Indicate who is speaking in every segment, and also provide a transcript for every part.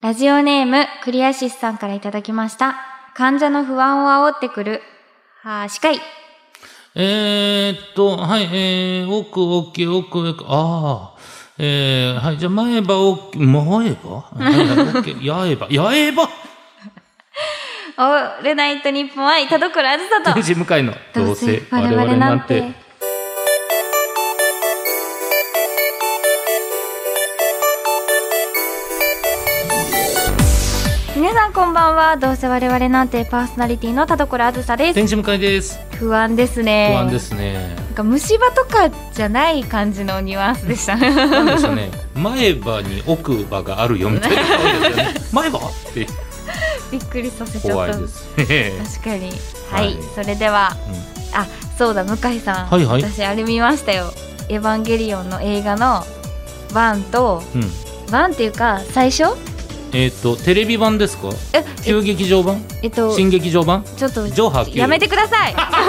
Speaker 1: ラジオネーム、クリアシスさんからいただきました。患者の不安を煽ってくる、はー、歯科医。
Speaker 2: えー、っと、はい、えー、奥、奥、奥、奥、ああ、えー、はい、じゃあ、前歯、奥、前歯はいはい オッケー八重歯、八重歯
Speaker 1: オールナイトニッポン愛、田所あずさと
Speaker 2: 定。時向かいの、
Speaker 1: どうせ我々なんて。皆さんこんばんは。どうせ我々なんてパーソナリティの田所あずさです。
Speaker 2: 定時向かいです。
Speaker 1: 不安ですね。
Speaker 2: 不安で。すね。
Speaker 1: なんか虫歯とかじゃない感じのニュアンスで した。
Speaker 2: なんでしょうね、前歯に奥歯があるよみたいな顔ですよ ね。前歯って
Speaker 1: びっくりさせちゃった。
Speaker 2: 怖いですね。
Speaker 1: 確かに。は
Speaker 2: はい
Speaker 1: い、それでは、あ、そうだ、向井さん。
Speaker 2: はいはい
Speaker 1: 私、あれ見ましたよ。エヴァンゲリオンの映画の、ワンと、
Speaker 2: うん、うん
Speaker 1: ワンっていうか、最初
Speaker 2: えーっと、テレビ版ですか
Speaker 1: え、
Speaker 2: 旧劇場版
Speaker 1: えっと、
Speaker 2: 新劇場版
Speaker 1: ちょっと、
Speaker 2: 上波旧
Speaker 1: やめてくだ さい。あ、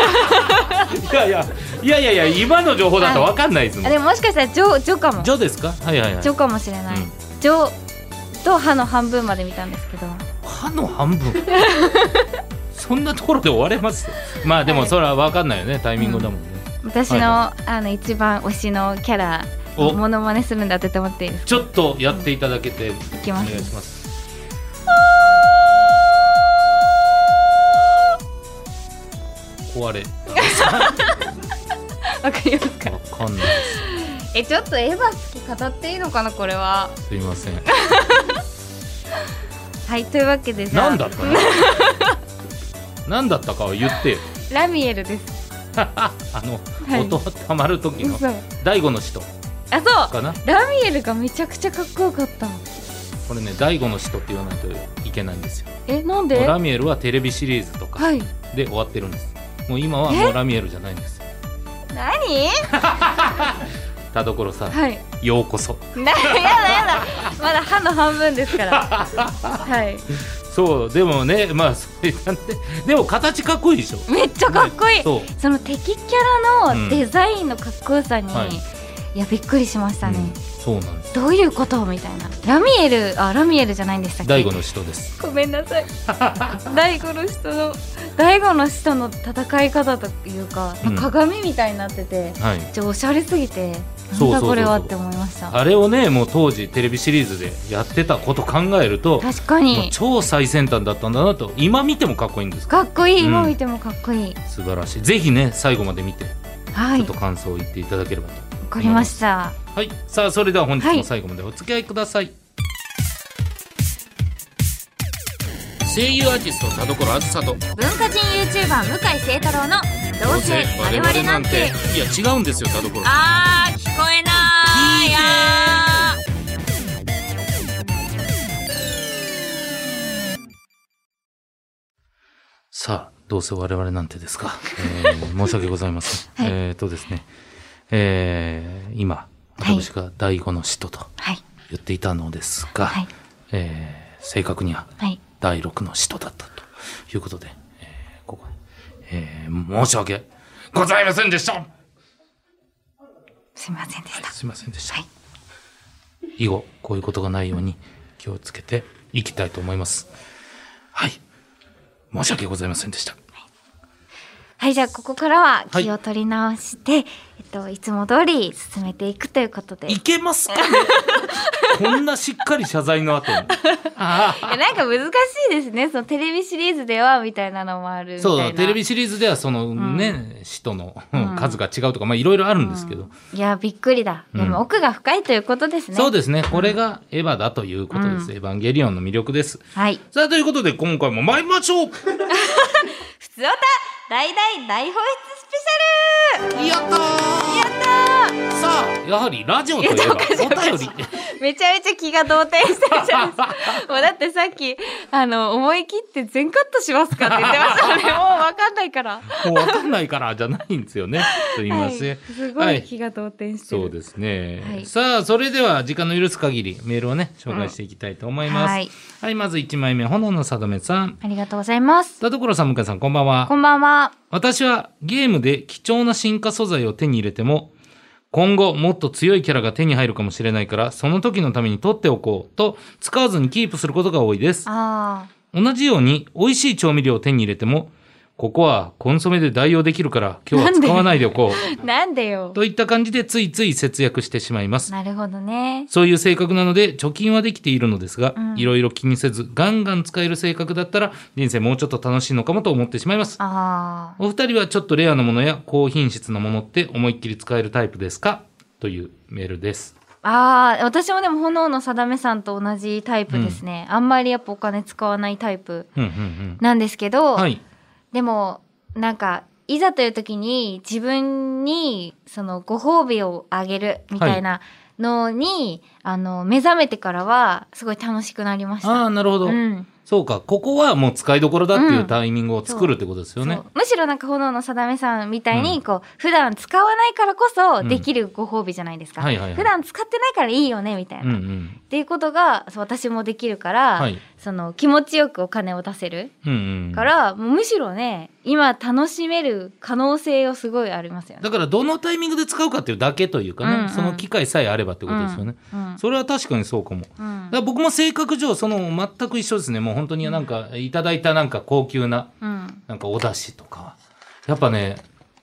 Speaker 2: いやいや、いやいやいや、今の情報だとわかんないですもん。
Speaker 1: でももしかしたら、ジョ、ジョかも。ジ
Speaker 2: ジョですかはいはいはい。
Speaker 1: ョかもしれない。
Speaker 2: うん
Speaker 1: ジョと歯の半分まで見たんですけど。
Speaker 2: 歯の半分 そんなところで終われますまあで
Speaker 1: は
Speaker 2: も
Speaker 1: い
Speaker 2: それは分かんないよねタイミングだもんね、
Speaker 1: 私の、
Speaker 2: は
Speaker 1: あの、一番推しのキャラ、
Speaker 2: お
Speaker 1: モノマネするんだって思っていいです
Speaker 2: ちょっとやっていただけて
Speaker 1: いき
Speaker 2: お
Speaker 1: ま
Speaker 2: 願い
Speaker 1: す。
Speaker 2: します
Speaker 1: わかりますか
Speaker 2: 壊れ わかんない
Speaker 1: え、ちょっとエヴァ好き語っていいのかな、これは。
Speaker 2: すいません
Speaker 1: はい、というわけでじゃあ
Speaker 2: 何だった の何だったかは言ってよ
Speaker 1: ラミエルです。
Speaker 2: あの、
Speaker 1: はい
Speaker 2: 音たまる時の
Speaker 1: 嘘。あ、
Speaker 2: 第五の使徒
Speaker 1: そう。
Speaker 2: かな
Speaker 1: ラミエルがめちゃくちゃかっこよかった。
Speaker 2: これね第五の使徒って言わないといけないんですよ
Speaker 1: え、なんで？
Speaker 2: もうラ
Speaker 1: は
Speaker 2: ミエルはテレビシリーズとか
Speaker 1: い。
Speaker 2: で終わってるんですもう今はもうラミエルじゃないんです
Speaker 1: 何？
Speaker 2: 田所さん、
Speaker 1: はい。
Speaker 2: ようこそ
Speaker 1: な、やだやだ。まだ歯の半分です から。はい。
Speaker 2: そうでもねまあそれなんででも形かっこいいでしょ
Speaker 1: めっちゃかっこいい。
Speaker 2: そう
Speaker 1: その敵キャラ
Speaker 2: う
Speaker 1: の
Speaker 2: ん
Speaker 1: デザインのかっこよさに、
Speaker 2: はい
Speaker 1: いやびっくりしましたね。
Speaker 2: うんそうなんです
Speaker 1: どういうことみたいな。ラミエル、あ、ラミエルじゃないんでしたっけ？
Speaker 2: 第五の人です
Speaker 1: ごめんなさ い。第五の人の第五の人の戦い方というか、
Speaker 2: うん
Speaker 1: 鏡みたいになってて、
Speaker 2: はい
Speaker 1: ちょっとおしゃれすぎて、なん
Speaker 2: そうそうそう
Speaker 1: だ
Speaker 2: そう
Speaker 1: これはって思いました。
Speaker 2: あれをねもう当時テレビシリーズでやってたこと考えると
Speaker 1: 確か
Speaker 2: もう
Speaker 1: に
Speaker 2: 超最先端だったんだなと今見てもかっこいいんです
Speaker 1: かっこいい、
Speaker 2: うん
Speaker 1: 今見てもかっこいい。
Speaker 2: 素晴らしいぜひね最後まで見て
Speaker 1: は
Speaker 2: ち
Speaker 1: い、
Speaker 2: ょっと
Speaker 1: わ
Speaker 2: 感想を言っていただければと
Speaker 1: かりました。
Speaker 2: はいさあそれでは本
Speaker 1: は
Speaker 2: 日
Speaker 1: い
Speaker 2: も最後までお付き合いください、声優アーティスト田所あずさと
Speaker 1: 文化人ユーチューバー向井聖太郎のど
Speaker 2: いや違うんですよ田所
Speaker 1: あー聞こえな
Speaker 2: ーい
Speaker 1: あ
Speaker 2: さあどうせ我々なんてです か、えー申し訳ございません、
Speaker 1: はい
Speaker 2: えーとですねえー今
Speaker 1: はい
Speaker 2: 私が第五の使徒と
Speaker 1: はい
Speaker 2: 言っていたのですが、
Speaker 1: はい
Speaker 2: えー正確には
Speaker 1: はい
Speaker 2: 第六の使徒だったということで、えーここに、えー申し訳ございませんでした
Speaker 1: すいませんでした、
Speaker 2: すいませんでした、
Speaker 1: はい
Speaker 2: 以後こういうことがないように気をつけていきたいと思いますはい申し訳ございませんでした
Speaker 1: はい、じゃあここからは
Speaker 2: はい
Speaker 1: 気を取り直して、えっと、いつも通り進めていくということで。い
Speaker 2: いけます かねこんなしっかり謝罪の後にああ
Speaker 1: やなんか難しいですね。そのテレビシリーズではみたいなのもあるみたい
Speaker 2: そ
Speaker 1: な。
Speaker 2: うテレビシリーズではそのね、使徒のうん数が違うとかまあいろいろあるんですけど、
Speaker 1: いや、びっくりだ。で
Speaker 2: うん
Speaker 1: も奥が深いということですね。
Speaker 2: そうですねこれがエヴァだということです、エヴァンゲリオンの魅力です
Speaker 1: はい。
Speaker 2: さあということで今回も参りましょう
Speaker 1: 普通歌大大大放出スペシャル
Speaker 2: やったー
Speaker 1: やった
Speaker 2: さあやはりラジオといえばお便り
Speaker 1: ーめちゃめちゃ気が動転してるじゃない ですか。もうだってさっき、あの、思い切って全カットしますかって言ってましたね。もうわかんないから。
Speaker 2: もうわかんないからじゃないんですよね。すいません。
Speaker 1: はい、すご
Speaker 2: はい
Speaker 1: 気が動転してる。
Speaker 2: そうですね、
Speaker 1: はい
Speaker 2: さあそれでは時間の許す限りメールをね紹介していきたいと思います、
Speaker 1: うんは
Speaker 2: はいい、まず1枚目炎のさどめさん
Speaker 1: ありがとうございます。
Speaker 2: 田所さん向井さんこんばんは
Speaker 1: こんばんは。
Speaker 2: 私はゲームで貴重な進化素材を手に入れても今後もっと強いキャラが手に入るかもしれないから、その時のために取っておこうと、使わずにキープすることが多いです。
Speaker 1: あ
Speaker 2: 同じように美味しい調味料を手に入れても、ここはコンソメで代用できるから今日は使わないでおこ
Speaker 1: あ。なんでよ
Speaker 2: う。。といった感じでついつい節約してしまいます。
Speaker 1: なるほどね。
Speaker 2: そういう性格なので貯金はできているのですが
Speaker 1: うん、
Speaker 2: いろいろ気にせずガンガン使える性格だったら人生もうちょっと楽しいのかもと思ってしまいます。
Speaker 1: ああ。
Speaker 2: お二人はちょっとレアなものや高品質なものって思いっきり使えるタイプですかというメールです。
Speaker 1: ああ、私もでも炎の定めさんと同じタイプですね。あんまりやっぱお金使わないタイプ
Speaker 2: うんうんうん。
Speaker 1: なんですけど、
Speaker 2: はい。
Speaker 1: でも、なんか、いざという時に自分に、その、ご褒美をあげるみたいなのに、あの、目覚めてからは、すごい楽しくなりました。
Speaker 2: ああ、なるほど。
Speaker 1: うん。
Speaker 2: そうか。ここはもう使いどころだっていううんタイミングを作るってことですよね
Speaker 1: そ。うむしろなんか炎の定めさんみたいうにこう、普段使わないからこそ
Speaker 2: うん
Speaker 1: できるご褒美じゃないですか、
Speaker 2: はいはいはい
Speaker 1: 普段使ってないからいいよねみたいな、
Speaker 2: うんう
Speaker 1: っ
Speaker 2: ん。
Speaker 1: ていうことがそう私もできるから、
Speaker 2: はい。
Speaker 1: その気持ちよくお金を出せる
Speaker 2: うんうん。
Speaker 1: から、もうむしろね今楽しめる可能性をすごいありますよね。
Speaker 2: だからどのタイミングで使うかっていうだけというかね、
Speaker 1: うんうん
Speaker 2: その機会さえあればってことですよね。
Speaker 1: うん
Speaker 2: それは確かにそうかも。だ
Speaker 1: うんうん
Speaker 2: から僕も性格上、その全く一緒ですね。もう本当になんか、いただいたなんか高級な、
Speaker 1: うん
Speaker 2: なんかお出汁とか。やっぱね、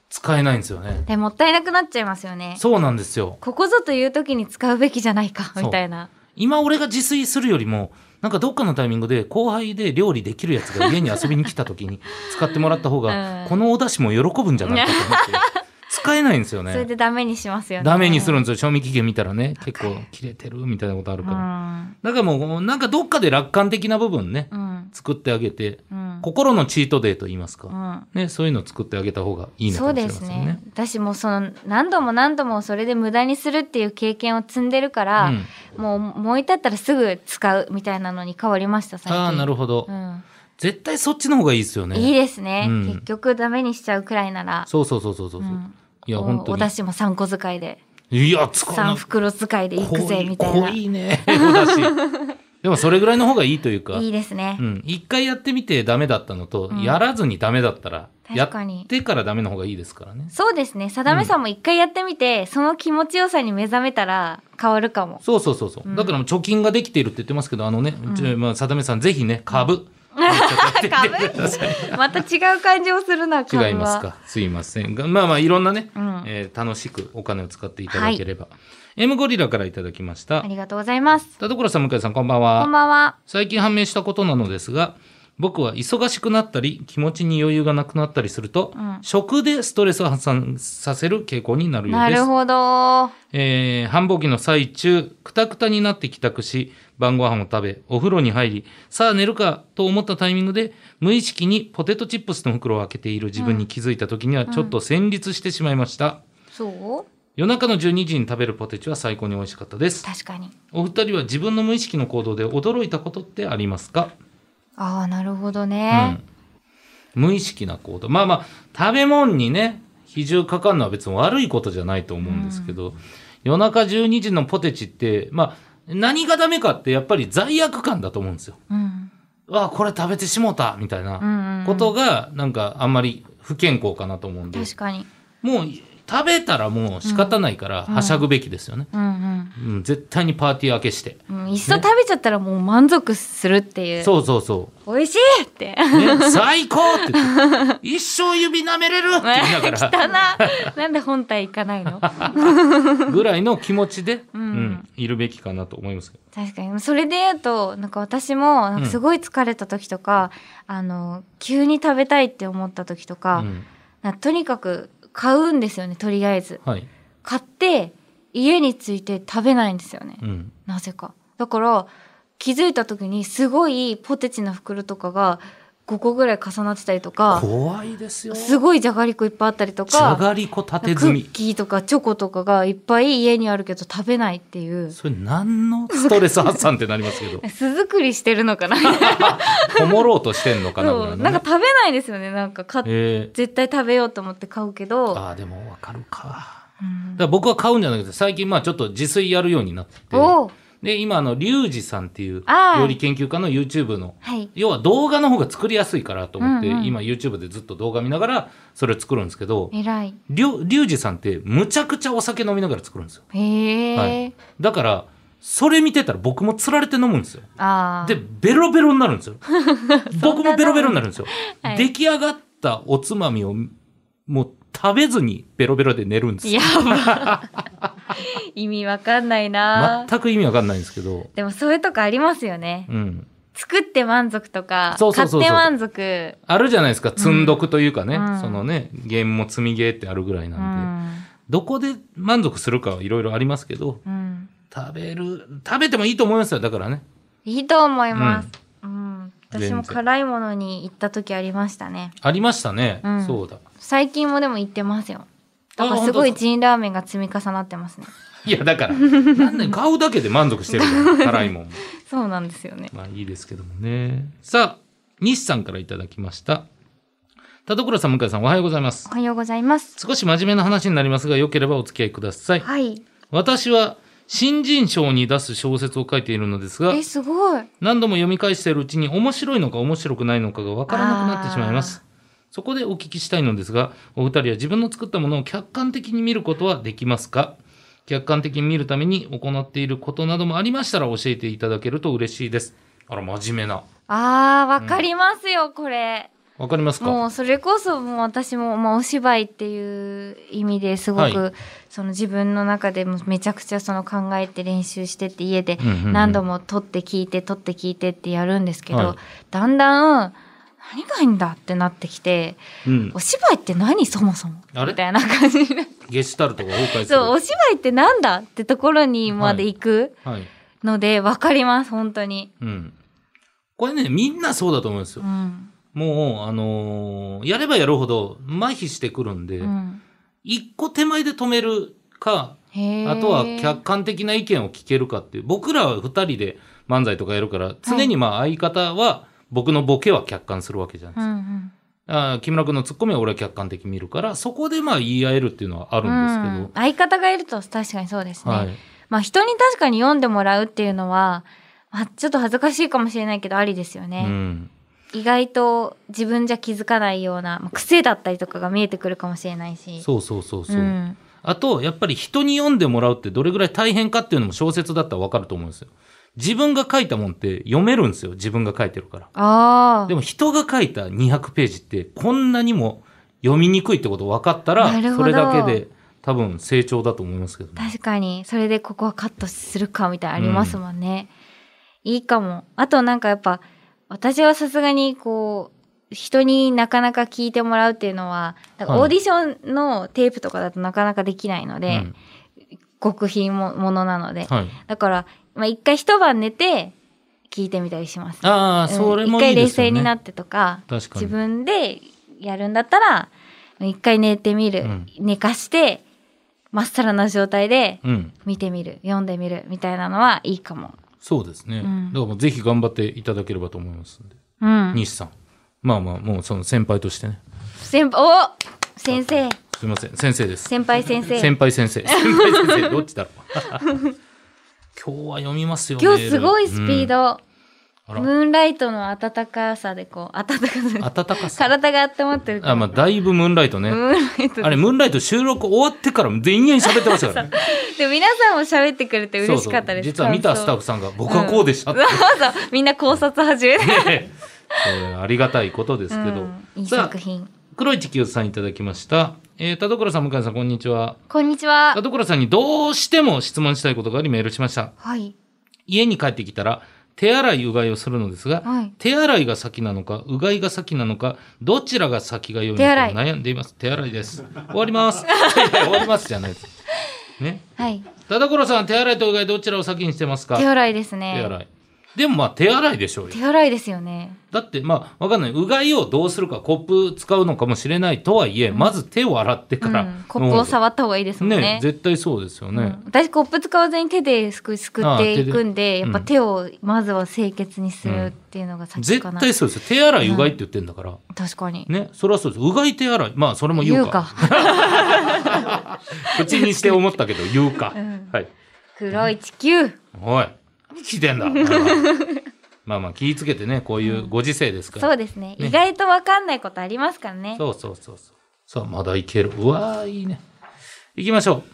Speaker 2: 使えないんですよね。
Speaker 1: でもったいなくなっちゃいますよね。
Speaker 2: そうなんですよ。
Speaker 1: ここぞという時に使うべきじゃないか
Speaker 2: そう
Speaker 1: みたいな。
Speaker 2: 今俺が自炊するよりも、なんかどっかのタイミングで後輩で料理できるやつが家に遊びに来た 時に使ってもらった方が、
Speaker 1: うん
Speaker 2: このお出汁も喜ぶんじゃないかと 思って、使えないんですよ
Speaker 1: それ
Speaker 2: ね。
Speaker 1: でダメにしますよね。
Speaker 2: ダメにするん
Speaker 1: ん
Speaker 2: ですよ。賞味期限見たらね、結構切れてるみたいなことある
Speaker 1: う
Speaker 2: から。
Speaker 1: ん
Speaker 2: だからもう、なんかどっかで楽観的な部分ね、
Speaker 1: うん
Speaker 2: 作ってあげて、
Speaker 1: うん
Speaker 2: 心のチートデーと言います
Speaker 1: う
Speaker 2: か。
Speaker 1: ん
Speaker 2: ね、そういうのを作ってあげた方がいいのか
Speaker 1: そう
Speaker 2: もしれ
Speaker 1: で
Speaker 2: ませ
Speaker 1: す
Speaker 2: ん
Speaker 1: ね
Speaker 2: ね。
Speaker 1: 私もその何度も何度もそれで無駄にするっていう経験を積んでるから、
Speaker 2: うん
Speaker 1: もう燃え立ったらすぐ使うみたいなのに変わりました最近
Speaker 2: ああ、なるほど、
Speaker 1: うん
Speaker 2: 絶対そっちの方がいいですよね。
Speaker 1: いいですね、
Speaker 2: うん
Speaker 1: 結局ダメにしちゃうくらいなら
Speaker 2: そうそうそうそうそう。
Speaker 1: うん
Speaker 2: いや、
Speaker 1: お
Speaker 2: 本当
Speaker 1: お
Speaker 2: に
Speaker 1: 出。汁も3個使いで
Speaker 2: いや、使わな
Speaker 1: 3袋使いでいくぜみたい
Speaker 2: 濃
Speaker 1: ない
Speaker 2: ね、お出 汁。でもそれぐらいの方がいいというか。
Speaker 1: いいですね、
Speaker 2: うん、一回やってみてダメだったのと、
Speaker 1: うん
Speaker 2: やらずにダメだったら、や
Speaker 1: 確かに
Speaker 2: ってからダメの方がいいですからね。
Speaker 1: そうですねさだめさんも一回やってみて、その気持ちよさに目覚めたら変わるかも
Speaker 2: そうそうそうそう、
Speaker 1: うん
Speaker 2: だからもう貯金ができているって言ってますけど、あのね、
Speaker 1: ん
Speaker 2: ちょまあ、さだめさん、ぜひね、株。ちょっとやってみてください
Speaker 1: また違う感じをするな感は
Speaker 2: 違いますか。すいません。がまあまあ、いろんなね、
Speaker 1: うん
Speaker 2: えー楽しくお金を使っていただければ。M ゴリラからいただきました
Speaker 1: あ。りがとうございます
Speaker 2: 田所さん、向井さん、こんばんは。
Speaker 1: こんばんは
Speaker 2: 最近判明したことなのですが、僕は忙しくなったり、気持ちに余裕がなくなったりすると、
Speaker 1: うん
Speaker 2: 食でストレスを発散させる傾向になるよう
Speaker 1: な
Speaker 2: で
Speaker 1: る
Speaker 2: す。
Speaker 1: ほど。
Speaker 2: えー繁忙期の最中、くたくたになって帰宅し、晩ご飯を食べ、お風呂に入り、さあ寝るかと思ったタイミングで、無意識にポテトチップスの袋を開けている自分に気づいた時には、ちょっと戦慄してしまいました。
Speaker 1: そう
Speaker 2: 夜中の12時に食べるポテチは最高に美味しかったです。
Speaker 1: 確かに。
Speaker 2: お二人は自分の無意識の行動で驚いたことってありますか
Speaker 1: ああ、なるほどね。
Speaker 2: うん、無意識な行動まあまあ食べ物にね比重かかるのは別に悪いことじゃないと思うんですけど、夜中12時のポテチってまあ何がダメかってやっぱり罪悪感だと思うんですよ。
Speaker 1: うん。
Speaker 2: わあこれ食べてしもたみたい
Speaker 1: うん
Speaker 2: な
Speaker 1: うんうん
Speaker 2: ことがなんかあんまり不健康かなと思うんで、
Speaker 1: 確かに。
Speaker 2: もう食べたらもう仕方ないからはしゃぐべきですよね。
Speaker 1: うん
Speaker 2: うん、絶対にパーティー明けして。
Speaker 1: うん。うん、いっそ食べちゃったらもう満足するっていう。
Speaker 2: そうそうそう。
Speaker 1: 美味しいって。
Speaker 2: ね、最高って言 って一生指舐めれるって言いながら。
Speaker 1: 汚な。なんで本体行かないの確
Speaker 2: ぐらいの気持ちで、う
Speaker 1: うんん
Speaker 2: いるべきかなと思いますけど。
Speaker 1: かに。それで言うと、なんか私も、なんかすごい疲れた時とか、あの、急に食べたいって思った時とか、
Speaker 2: うん
Speaker 1: なんかとにかく買うんですよね、とりあえず。
Speaker 2: はい、
Speaker 1: 買って、家に着いて食べないんですよね。
Speaker 2: うん。
Speaker 1: なぜか。だから、気づいた時にすごいポテチの袋とかが5個ぐらい重なってたりとか、
Speaker 2: 怖いですよ。
Speaker 1: すごいじゃがりこいっぱいあったりと
Speaker 2: じゃ
Speaker 1: か、
Speaker 2: がりこ
Speaker 1: ク
Speaker 2: 縦積み
Speaker 1: ッ。キーとかチョコとかがいっぱい家にあるけど食べないっていう。、
Speaker 2: それ何のストレス発散ってなりますけど
Speaker 1: 巣作りしてるのかな
Speaker 2: こもろうとしてんのかなぐ
Speaker 1: そ
Speaker 2: ら
Speaker 1: う。
Speaker 2: いの
Speaker 1: なん
Speaker 2: ね
Speaker 1: か。食べないですよね。なんか買っ
Speaker 2: え
Speaker 1: 絶対食べようと思って買うけ
Speaker 2: ー、
Speaker 1: ど。
Speaker 2: ああ、でもわかるか。
Speaker 1: うん
Speaker 2: だから僕は買うんじゃなくて、最近まあちょっと自炊やるようになって、
Speaker 1: おう
Speaker 2: で今あのリュウジさんっていう
Speaker 1: あー
Speaker 2: 料理研究家の YouTube の
Speaker 1: はい。
Speaker 2: 要は動画の方が作りやすいからと思って、
Speaker 1: うんうん
Speaker 2: 今 YouTube でずっと動画見ながらそれを作るんですけど
Speaker 1: 偉い。
Speaker 2: リュリュウジさんってむちゃくちゃお酒飲みながら作るんですよ
Speaker 1: へえ、
Speaker 2: はいだからそれ見てたら僕もつられて飲むんですよ
Speaker 1: ああ。
Speaker 2: でベロベロになるん ですよ僕もベロベロになるんですよ、
Speaker 1: はい
Speaker 2: 出来上がったおつまみをもう食べずにベロベロで寝るんです
Speaker 1: や
Speaker 2: よ
Speaker 1: ば。意味わかんないな。
Speaker 2: 全く意味わかんないんですけど
Speaker 1: でもそういうとこありますよね。
Speaker 2: うん
Speaker 1: 作って満足とか、
Speaker 2: そうそうそうそう
Speaker 1: 買って満足。
Speaker 2: あるじゃないですか積んどくというかね、
Speaker 1: うん
Speaker 2: そのねゲームも積みゲーってあるぐらいうなんで、
Speaker 1: ん。
Speaker 2: どこで満足するかはいろいろありますけど
Speaker 1: うん。
Speaker 2: 食べる食べてもいいと思いますよだからね
Speaker 1: いいと思います。うん。
Speaker 2: 全
Speaker 1: 私
Speaker 2: 然
Speaker 1: も辛いものに行った時ありましたね。
Speaker 2: ありましたね、
Speaker 1: うん
Speaker 2: そうだ
Speaker 1: 最近もでも行ってますよ。
Speaker 2: あ
Speaker 1: だからすごいジンラーメンが積み重なってますね。
Speaker 2: いやだからなんで買うだけで満足してるから辛いもん
Speaker 1: そうなんですよね。
Speaker 2: まあいいですけどもねさあ西さんからいただきました田所さん向井さんおはようございます
Speaker 1: おはようございます。
Speaker 2: 少し真面目な話になりますがよければお付き合いください
Speaker 1: はい。
Speaker 2: 私は新人賞に出す小説を書いているのですが
Speaker 1: え、すごい。
Speaker 2: 何度も読み返しているうちに面白いのか面白くないのかが分からなくなってしまいますそこでお聞きしたいのですがお二人は自分の作ったものを客観的に見ることはできますか客観的に見るために行っていることなどもありましたら教えていただけると嬉しいですあら真面目な
Speaker 1: あー、わかりますよ、これ。
Speaker 2: わかります
Speaker 1: も
Speaker 2: か
Speaker 1: うそれこそもう私も、まあ、お芝居っていう意味ですごく、
Speaker 2: は
Speaker 1: その自分の中でもめちゃくちゃその考えて練習してって家で
Speaker 2: うんうんうん
Speaker 1: 何度も撮って聞いて撮って聞いてってやるんですけど、
Speaker 2: はい
Speaker 1: だんだん何がいいんだってなってきて
Speaker 2: うん
Speaker 1: お芝居って何そもそも
Speaker 2: あれ
Speaker 1: みたいな感 じで
Speaker 2: ゲシュタルトが崩壊する
Speaker 1: そうお芝居ってなんだってところにまで行く
Speaker 2: はい
Speaker 1: ので分かります本当に。
Speaker 2: うんこれねみんなそうだと思うんです
Speaker 1: う
Speaker 2: よ
Speaker 1: ん
Speaker 2: もうあのーやればやるほど麻痺してくるんで、
Speaker 1: うん、
Speaker 2: 一個手前で止めるか
Speaker 1: へー
Speaker 2: あとは客観的な意見を聞けるかっていう僕らは2人で漫才とかやるから常にまあ相方は僕のボケは客観するわけじゃないで
Speaker 1: う
Speaker 2: す
Speaker 1: ん
Speaker 2: か、
Speaker 1: うん
Speaker 2: あー木村君のツッコミは俺は客観的に見るからそこでまあ言い合えるっていうのはある
Speaker 1: うんん
Speaker 2: です
Speaker 1: 相方がいると確かにそうです
Speaker 2: けど、
Speaker 1: ね、
Speaker 2: はい
Speaker 1: まあ人に確かに読んでもらうっていうのは、まあ、ちょっと恥ずかしいかもしれないけどありですよ
Speaker 2: う
Speaker 1: ね、
Speaker 2: ん、
Speaker 1: 意外と自分じゃ気づかないような、まあ、癖だったりとかが見えてくるかもしれないし
Speaker 2: そうそうそうそう、
Speaker 1: ん、
Speaker 2: あとやっぱり人に読んでもらうってどれぐらい大変かっていうのも小説だったら分かると思うんですよ自分が書いたもんって読めるんですよ自分が書いてるから
Speaker 1: あ
Speaker 2: でも人が書いた200ページってこんなにも読みにくいってこと分かったら
Speaker 1: なるほ
Speaker 2: そ
Speaker 1: ど
Speaker 2: れだけで多分成長だと思いますけど、
Speaker 1: あ確かにそれでここはカットするかみたいなありますもんね、いいかもあとなんかやっぱ私はさすがにこう人になかなか聞いてもらうっていうのはなんか
Speaker 2: はい
Speaker 1: オーディションのテープとかだとなかなかできないので、
Speaker 2: うん
Speaker 1: 極秘もものなので、
Speaker 2: はい、
Speaker 1: だから、まあ、一回一晩寝て聞いてみたりします。
Speaker 2: あ
Speaker 1: う
Speaker 2: あ
Speaker 1: ん
Speaker 2: それもい
Speaker 1: 一回
Speaker 2: いです
Speaker 1: 冷
Speaker 2: よ
Speaker 1: 静にな
Speaker 2: ね
Speaker 1: ってとか、
Speaker 2: 確か
Speaker 1: 自
Speaker 2: に
Speaker 1: 分でやるんだったら、一回寝てみる、
Speaker 2: うん
Speaker 1: 寝かして、まっさらな状態で
Speaker 2: うん
Speaker 1: 見てみる、読んでみるみたいなのはいいかも。
Speaker 2: そうですね、
Speaker 1: うん
Speaker 2: だからもうぜひ頑張っていただければと思いますんで、
Speaker 1: うん。
Speaker 2: 西さんまあまあもうその先輩としてね
Speaker 1: 先輩、お先生、
Speaker 2: すいません先生です
Speaker 1: 先輩先生。
Speaker 2: 先輩先生 先輩先生どっちだろう 今日は読みますよ
Speaker 1: 今日すごいスピー、
Speaker 2: メ
Speaker 1: ド、
Speaker 2: ールうんあ
Speaker 1: ムーンライトの暖かさでこう、暖かさ、
Speaker 2: ら温かさ
Speaker 1: 体が温まってるから
Speaker 2: あ、まあ、だいぶムーンライトね、
Speaker 1: ムーンライト
Speaker 2: あれ、ムーンライト収録終わってから全員喋ってましたからね。
Speaker 1: でも皆さんも喋ってくれて嬉しかったです。
Speaker 2: そうそう実は見たスタッ
Speaker 1: フ。
Speaker 2: フさんが、僕はこうでしたって。
Speaker 1: そうそうみんな考察始め た。
Speaker 2: ねえありがたいことですけど。
Speaker 1: うんいい
Speaker 2: さ
Speaker 1: 作
Speaker 2: あ、
Speaker 1: 品。
Speaker 2: 黒い地球さんいただきました。えー田所さん、向井さん、こんにちは。
Speaker 1: こんにちは
Speaker 2: 田。所さんにどうしても質問したいことがありメールしました。
Speaker 1: はい。
Speaker 2: 家に帰ってきたら、手洗い、うがいをするのですが、
Speaker 1: はい
Speaker 2: 手洗いが先なのか、うがいが先なのか、どちらが先が良いのか
Speaker 1: 手洗い
Speaker 2: 悩んでいます。手洗いです。終わり ます。いやいや終わりますじゃないです。ね。
Speaker 1: はい。
Speaker 2: 田所さん手洗いとうがいどちらを先にしてますか
Speaker 1: 手洗いです
Speaker 2: 手
Speaker 1: ね。
Speaker 2: 洗いでもまあ手洗いでしょうよ
Speaker 1: 手洗いですよね。
Speaker 2: だってまあわかんないうがいをどうするかコップ使うのかもしれないとはいえ、まず手を洗って
Speaker 1: う
Speaker 2: から、
Speaker 1: ん。コップを触った方がいいですもん
Speaker 2: ね
Speaker 1: ね。
Speaker 2: 絶対そうですよね、
Speaker 1: うん私コップ使わずに手ですくすくっていくんで
Speaker 2: あ手で
Speaker 1: やっぱ手をまずは清潔にするっていうのが先
Speaker 2: 絶
Speaker 1: かな、
Speaker 2: 対そうですよ手洗いうがいって言ってんだから、
Speaker 1: 確かに、
Speaker 2: ねそれはそうですうがい手洗いまあそれも言うか 口にして思ったけど言うか、
Speaker 1: ん
Speaker 2: はい
Speaker 1: 黒い地球
Speaker 2: おい来てんだ。 まあまあ気ぃつけてね、こういうご時世ですから。
Speaker 1: そうですね
Speaker 2: ね
Speaker 1: 意外とわかんないことありますからね
Speaker 2: そうそうそうそう。さあ、まだいける。うわー、いいね。行きましょう。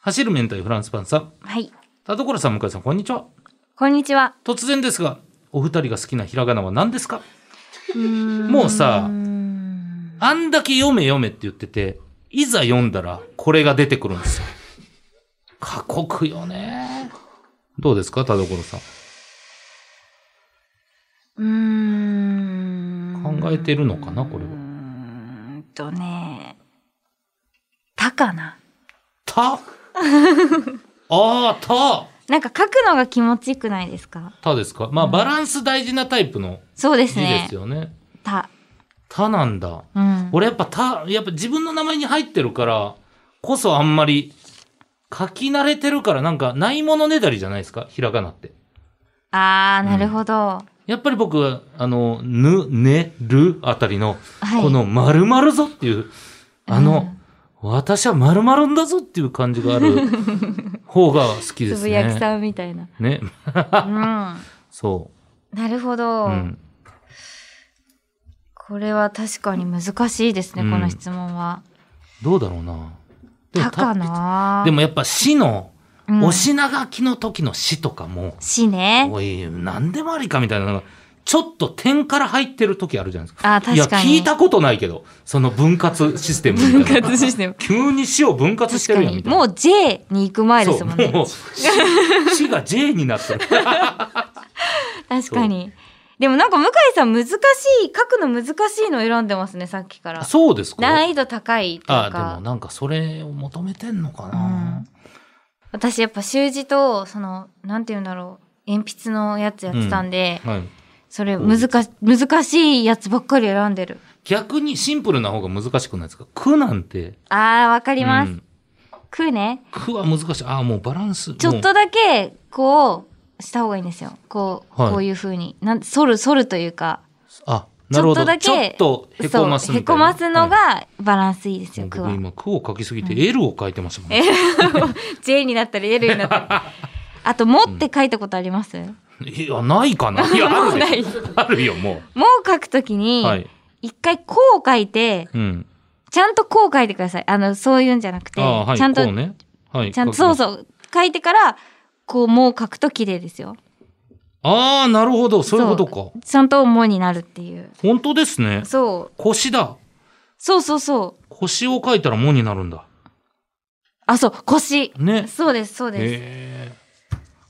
Speaker 2: 走る明太フランスパンさん。
Speaker 1: はい
Speaker 2: 田所さん、向井さん、こんにちは。
Speaker 1: こんにちは
Speaker 2: 突然ですが、お二人が好きなひらがなは何ですかも
Speaker 1: も
Speaker 2: うさ
Speaker 1: ん
Speaker 2: あんだけ読め読めって言ってて、いざ読んだらこれが出てくるんですよ。過酷よね。どうですか、田所さん。
Speaker 1: うーん
Speaker 2: 考えてるのかなこれは
Speaker 1: うーんとね「た」かな
Speaker 2: たああ、た
Speaker 1: なんか書くのが気持ちよくないですか
Speaker 2: たですかまあ、バランス大事なタイプの
Speaker 1: そうです
Speaker 2: 字
Speaker 1: ね
Speaker 2: ですよね。
Speaker 1: た、
Speaker 2: たなんだ。
Speaker 1: うん、
Speaker 2: 俺やっぱた、やっぱ自分の名前に入ってるから、こそあんまり書き慣れてるからなんかないものねだりじゃないですかひらがなって。
Speaker 1: あーなるほど、
Speaker 2: やっぱり僕は、あの、ぬ、ね、るあたりの、
Speaker 1: はい
Speaker 2: この〇〇ぞっていう、あの、私は〇〇んだぞっていう感じがあ る方が好きで
Speaker 1: つ
Speaker 2: す
Speaker 1: ぶやき
Speaker 2: ね。
Speaker 1: さんみたいな、
Speaker 2: ね。
Speaker 1: うん、な
Speaker 2: そ
Speaker 1: るほ
Speaker 2: う。
Speaker 1: ど、
Speaker 2: うん。
Speaker 1: これは確かに難しいですね、
Speaker 2: うん
Speaker 1: この質問は。
Speaker 2: どうだろうな。で
Speaker 1: た
Speaker 2: も
Speaker 1: かな
Speaker 2: でもやっぱ死の、
Speaker 1: うん
Speaker 2: お品書きの時の死とかも、
Speaker 1: しね。
Speaker 2: おい、何でもありかみたいなのが、ちょっと点から入ってる時あるじゃないですか。
Speaker 1: あ、確かに。
Speaker 2: いや、聞いたことないけど、その分割システムみたい
Speaker 1: 分
Speaker 2: な。
Speaker 1: 割システム。
Speaker 2: 急に死を分割し
Speaker 1: 確か
Speaker 2: てるやん
Speaker 1: に。
Speaker 2: みたいな。
Speaker 1: もう J に行く前ですもん
Speaker 2: そう
Speaker 1: ね
Speaker 2: も。う 死死が J になってる。
Speaker 1: 確かに。でもなんか向井さん難しい、書くの難しいの選んでますね、さっきから。
Speaker 2: そうです
Speaker 1: 難
Speaker 2: か。
Speaker 1: 易度高いと
Speaker 2: あ、でも
Speaker 1: か。
Speaker 2: なんかそれを求めてんのか
Speaker 1: うん
Speaker 2: な。
Speaker 1: 私やっぱ習字と、その、なんて言うんだろう。鉛筆のやつやってたんで、
Speaker 2: はい。
Speaker 1: それ難し、難しいやつばっかり選んでる。
Speaker 2: 逆にシンプルな方が難しくないですか。苦なんて。
Speaker 1: あー、わかりま
Speaker 2: う
Speaker 1: す
Speaker 2: ん。
Speaker 1: くね。
Speaker 2: 苦は難しい。あ、もうバランス。
Speaker 1: ちょっ
Speaker 2: も
Speaker 1: とだけ、こう、した方がいいんですよ。こう、
Speaker 2: はい
Speaker 1: こういう風に。なん、反る、反るというか。
Speaker 2: う。あ、なるほど。ち
Speaker 1: ちょっとだ
Speaker 2: ょっ
Speaker 1: け
Speaker 2: とへこます
Speaker 1: そう
Speaker 2: み
Speaker 1: へ
Speaker 2: た
Speaker 1: こ
Speaker 2: いな。
Speaker 1: ますの
Speaker 2: はい。
Speaker 1: がバランスいいです
Speaker 2: も
Speaker 1: よ、
Speaker 2: う
Speaker 1: 苦
Speaker 2: 僕
Speaker 1: は。
Speaker 2: 今苦を書きすぎて L を書いてましたもん。
Speaker 1: J になったり L にな ったり。あと、もって書いたことあります、
Speaker 2: いやない かな。いやあるでしょあるよも
Speaker 1: もう書くとき
Speaker 2: う。
Speaker 1: に
Speaker 2: はい、。
Speaker 1: 一回こう書いて、
Speaker 2: うん。
Speaker 1: ちゃんとこう書いてください。あの、そういうんじゃなくて、
Speaker 2: あーはい。
Speaker 1: ちゃんと、
Speaker 2: こうね。はい。
Speaker 1: ちゃんと、そう
Speaker 2: う。
Speaker 1: そう、書いてから、こう、もう書くと綺麗ですよ。
Speaker 2: ああなるほどそういうことか
Speaker 1: そ。うちゃんともうになるっていう。
Speaker 2: 本当ですね。
Speaker 1: そう、
Speaker 2: 腰だ。
Speaker 1: そうそうそう。
Speaker 2: 腰を書いたら「も」になるんだ。
Speaker 1: あ、そう、腰。
Speaker 2: ね。
Speaker 1: そうです、そうです。
Speaker 2: へえ。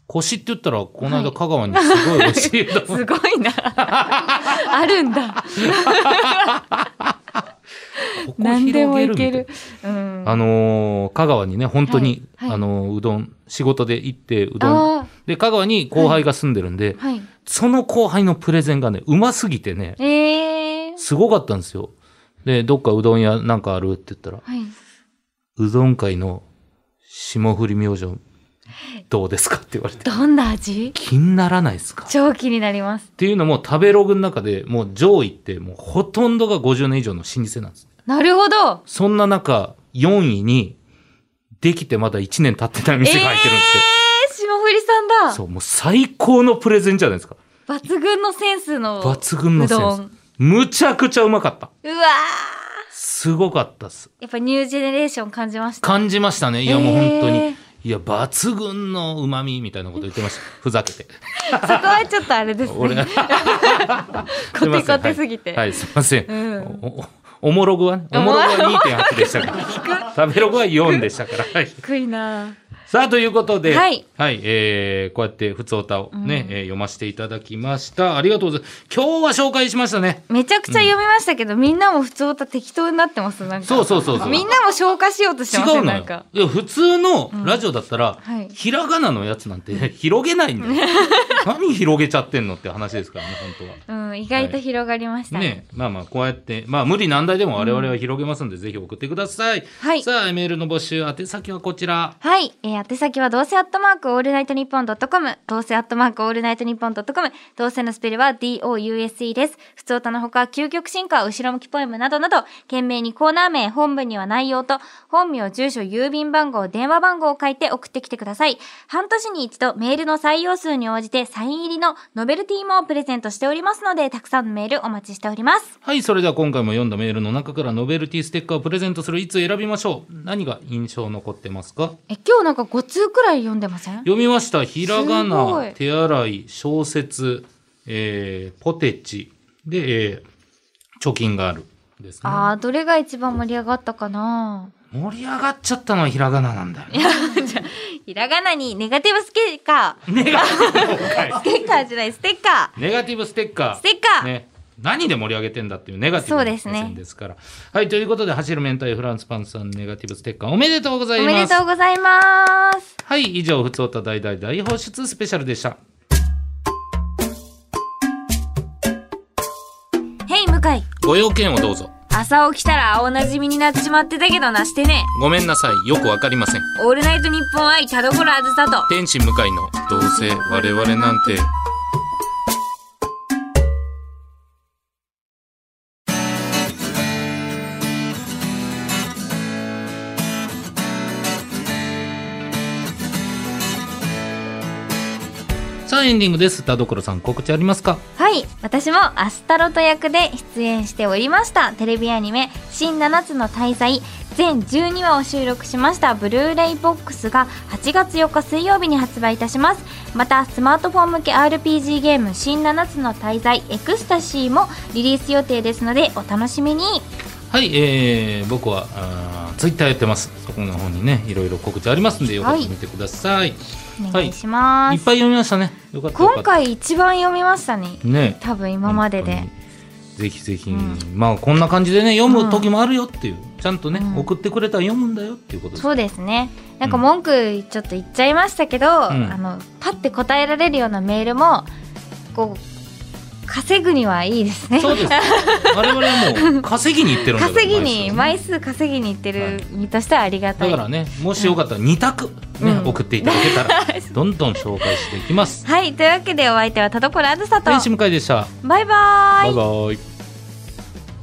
Speaker 2: 腰って言ったら、この間
Speaker 1: はい
Speaker 2: 香川にすごい美味しい枝
Speaker 1: すごいな。あるんだ。
Speaker 2: ここ
Speaker 1: 何でもい
Speaker 2: 広げ
Speaker 1: け
Speaker 2: るみ
Speaker 1: る
Speaker 2: たい。
Speaker 1: うん。
Speaker 2: な。あのー香川にね、本当に、
Speaker 1: はいはい
Speaker 2: あのーうどん、仕事で行って、うどん。
Speaker 1: あ
Speaker 2: で、香川に後輩が住んでるんで、
Speaker 1: ーはい。
Speaker 2: その後輩のプレゼンがね、うますぎてね、
Speaker 1: ええー。
Speaker 2: すごかったんですよ。で、どっかうどん屋なんかあるって言ったら、
Speaker 1: はい。
Speaker 2: うどん界の霜降り明星、どうですかって言われて、
Speaker 1: どんな味
Speaker 2: 気にならないですか
Speaker 1: 超気になります。
Speaker 2: っていうのも食べログの中でもう上位ってもうほとんどが50年以上の老舗なんです。
Speaker 1: なるほど
Speaker 2: そんな中、4位にできてまだ1年経ってない店が入ってるんですよ。
Speaker 1: えー、霜降りさんだ
Speaker 2: そう、もう最高のプレゼンじゃないですか。
Speaker 1: 抜群のセンスの。
Speaker 2: 抜群のセ
Speaker 1: うど
Speaker 2: ン
Speaker 1: ん
Speaker 2: ス。むちゃくちゃうまかった。
Speaker 1: うわー
Speaker 2: すごかったっす。
Speaker 1: やっぱニュージェネレーション感じま した。
Speaker 2: 感じましたね。いやもう本当に。
Speaker 1: えー
Speaker 2: いや、抜群の旨味みたいなこと言ってました。ふざけて。
Speaker 1: そこはちょっとあれです
Speaker 2: 俺
Speaker 1: ね。コテコテすぎて。
Speaker 2: はい、はいすいません。
Speaker 1: うん
Speaker 2: おおおもろぐはね、おもろぐは2.8でしたから。食べログは4でしたから。はい。
Speaker 1: 低いな
Speaker 2: さあ、ということで、
Speaker 1: はい
Speaker 2: えーこうやって、ふつおたをね、えー読ませていただきました。ありがとうございます。今日は紹介しましたね。
Speaker 1: めちゃくちゃ読みましたけど、みんなも普通歌適当になってますなんか。
Speaker 2: そうそうそうそう。
Speaker 1: みんなも消化しようとして
Speaker 2: 違
Speaker 1: ませ
Speaker 2: うんの
Speaker 1: な
Speaker 2: よ
Speaker 1: んか。
Speaker 2: いや普通のラジオだったら、
Speaker 1: はい
Speaker 2: ひ らがなのやつなんて広げないんだよ。何広げちゃってんのって話ですからね、本当は。
Speaker 1: うん、も意外と広がりました。
Speaker 2: ねまあまあこうやってまあ無理難題でも我々は広げますんで、ぜひ送ってください、
Speaker 1: はい
Speaker 2: さあメールの募集宛先はこちら
Speaker 1: はい。えー、宛先は、どうせアットマークオールナイトニッポンドットコム。どうせアットマークオールナイトニッポンドットコム。どうせのスペルは DOUSE です。普通歌のほか、究極進化、後ろ向きポエムなどなど、懸命にコーナー名、本文には内容と、本名、住所、郵便番号、電話番号を書いて送ってきてください。半年に一度、メールの採用数に応じて、サイン入りのノベルティもプレゼントしておりますので、たくさんのメールお待ちしております。
Speaker 2: はいそれでは今回も読んだメールの中からノベルティステッカーをプレゼントするいつ選びましょう何が印象残ってますか
Speaker 1: え、今日なんか5通くらい読んでません
Speaker 2: 読みましたひらが
Speaker 1: すご
Speaker 2: ない手洗い小説、えーポテチで、えー貯金があるですね
Speaker 1: あー、どれが一番盛り上がったかな
Speaker 2: 盛り上がっちゃったのはひらがななんだよね
Speaker 1: い や、じゃあひらがなにネガティブステッカー。
Speaker 2: ネガティブはい
Speaker 1: ステッカーじゃない、ステッカ
Speaker 2: ネガティブステッカー。
Speaker 1: ステッカー
Speaker 2: ね。何で盛り上げてんだっていうネガティブ
Speaker 1: そ
Speaker 2: な
Speaker 1: うですね
Speaker 2: 目線ですから。はい、ということで、走る明太フランスパンさん、ネガティブステッカーおめでとうござ
Speaker 1: ー。
Speaker 2: い
Speaker 1: お
Speaker 2: ます。
Speaker 1: めでとうございます。
Speaker 2: はい、以上、ふつおた大大大放出スペシャルでした。
Speaker 1: ヘイ、向井。
Speaker 2: ご用件をどうぞ。
Speaker 1: 朝起きたら青なじみになってしまってたけどなしてね。
Speaker 2: ごめんなさい、よくわかりません。
Speaker 1: オールナイトニッポン愛、田所あずさと。
Speaker 2: 天使向かいの、どうせ我々なんて。さあエンディングです田所さん告知ありますか
Speaker 1: はい、私もアスタロト役で出演しておりましたテレビアニメ「新7つの大罪」全12話を収録しましたブルーレイボックスが8月4日水曜日に発売いたしますまたスマートフォン向け RPG ゲーム「新7つの大罪エクスタシー」もリリース予定ですのでお楽しみに
Speaker 2: はい、えー、僕はあツイッター Twitter やってますそこの方にねいろいろ告知ありますんでよかったら見てください、
Speaker 1: お願いしま
Speaker 2: い、
Speaker 1: す、
Speaker 2: っぱい読みましたねよかったよか
Speaker 1: 今
Speaker 2: った
Speaker 1: 回一番読みましたね
Speaker 2: ね
Speaker 1: 多分今までで
Speaker 2: 本当に。ぜひぜひ、
Speaker 1: うん
Speaker 2: まあこんな感じでね読む時もあるよっていう、ちゃんとね、
Speaker 1: うん
Speaker 2: 送ってくれたら読むんだよっていうことです
Speaker 1: そうですねなんか文句ちょっと言っちゃいましたけど、あのパッて答えられるようなメールもこう稼ぐにはいいですね
Speaker 2: そうです我々はもう稼ぎに行ってるんだから
Speaker 1: 稼ぎに
Speaker 2: 毎
Speaker 1: 枚
Speaker 2: 週
Speaker 1: 数稼ぎにいってる身としてはありがた
Speaker 2: だ
Speaker 1: い、
Speaker 2: からねもしよかったら2択、ね
Speaker 1: うん
Speaker 2: 送っていただけた らどんどん紹介していきます
Speaker 1: はいというわけでお相手は田所あずさと
Speaker 2: 天使向かいでした
Speaker 1: バイバーイ
Speaker 2: バイバイ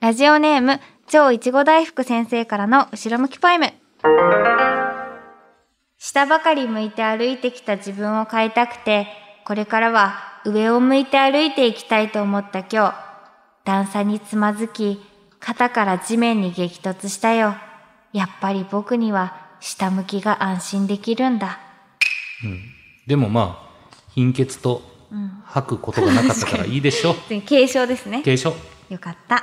Speaker 1: ラジオネーム超いちご大福先生からの後ろ向きポエム下ばかり向いて歩いてきた自分を変えたくてこれからは上を向いて歩いていきたいと思った今日段差につまずき肩から地面に激突したよやっぱり僕には下向きが安心できるんだ
Speaker 2: でもまあ貧 血と吐くことがなかったからいいでしょう
Speaker 1: 継承ですね
Speaker 2: 軽症
Speaker 1: よかった